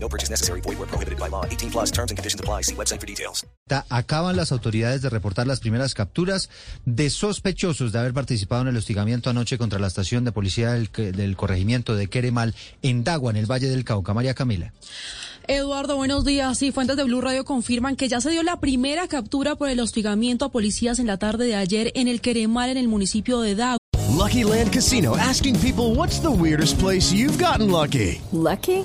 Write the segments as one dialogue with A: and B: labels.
A: No purchase necessary. Void where prohibited by law. 18 plus terms and conditions apply. See website for details.
B: Ta- Acaban las autoridades de reportar las primeras capturas de sospechosos de haber participado en el hostigamiento anoche contra la estación de policía del, que- del corregimiento de Queremal en Dagua, en el Valle del Cauca. María Camila.
C: Eduardo, buenos días. Sí, fuentes de Blue Radio confirman que ya se dio la primera captura por el hostigamiento a policías en la tarde de ayer en el Queremal, en el municipio de Dagua.
D: Lucky Land Casino asking people what's the weirdest place you've gotten lucky?
E: Lucky?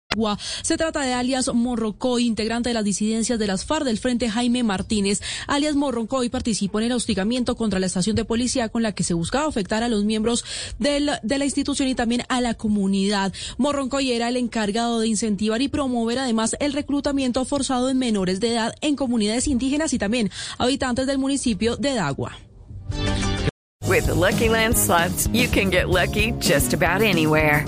C: Se trata de alias Morrocoy, integrante de las disidencias de las FARC del Frente Jaime Martínez. Alias Morrocoy participó en el hostigamiento contra la estación de policía con la que se buscaba afectar a los miembros del- de la institución y también a la comunidad. Morrocoy era el encargado de incentivar y promover además el reclutamiento forzado de menores de edad en comunidades indígenas y también habitantes del municipio de Dagua.
F: With the Lucky Land slots, you can get lucky just about anywhere.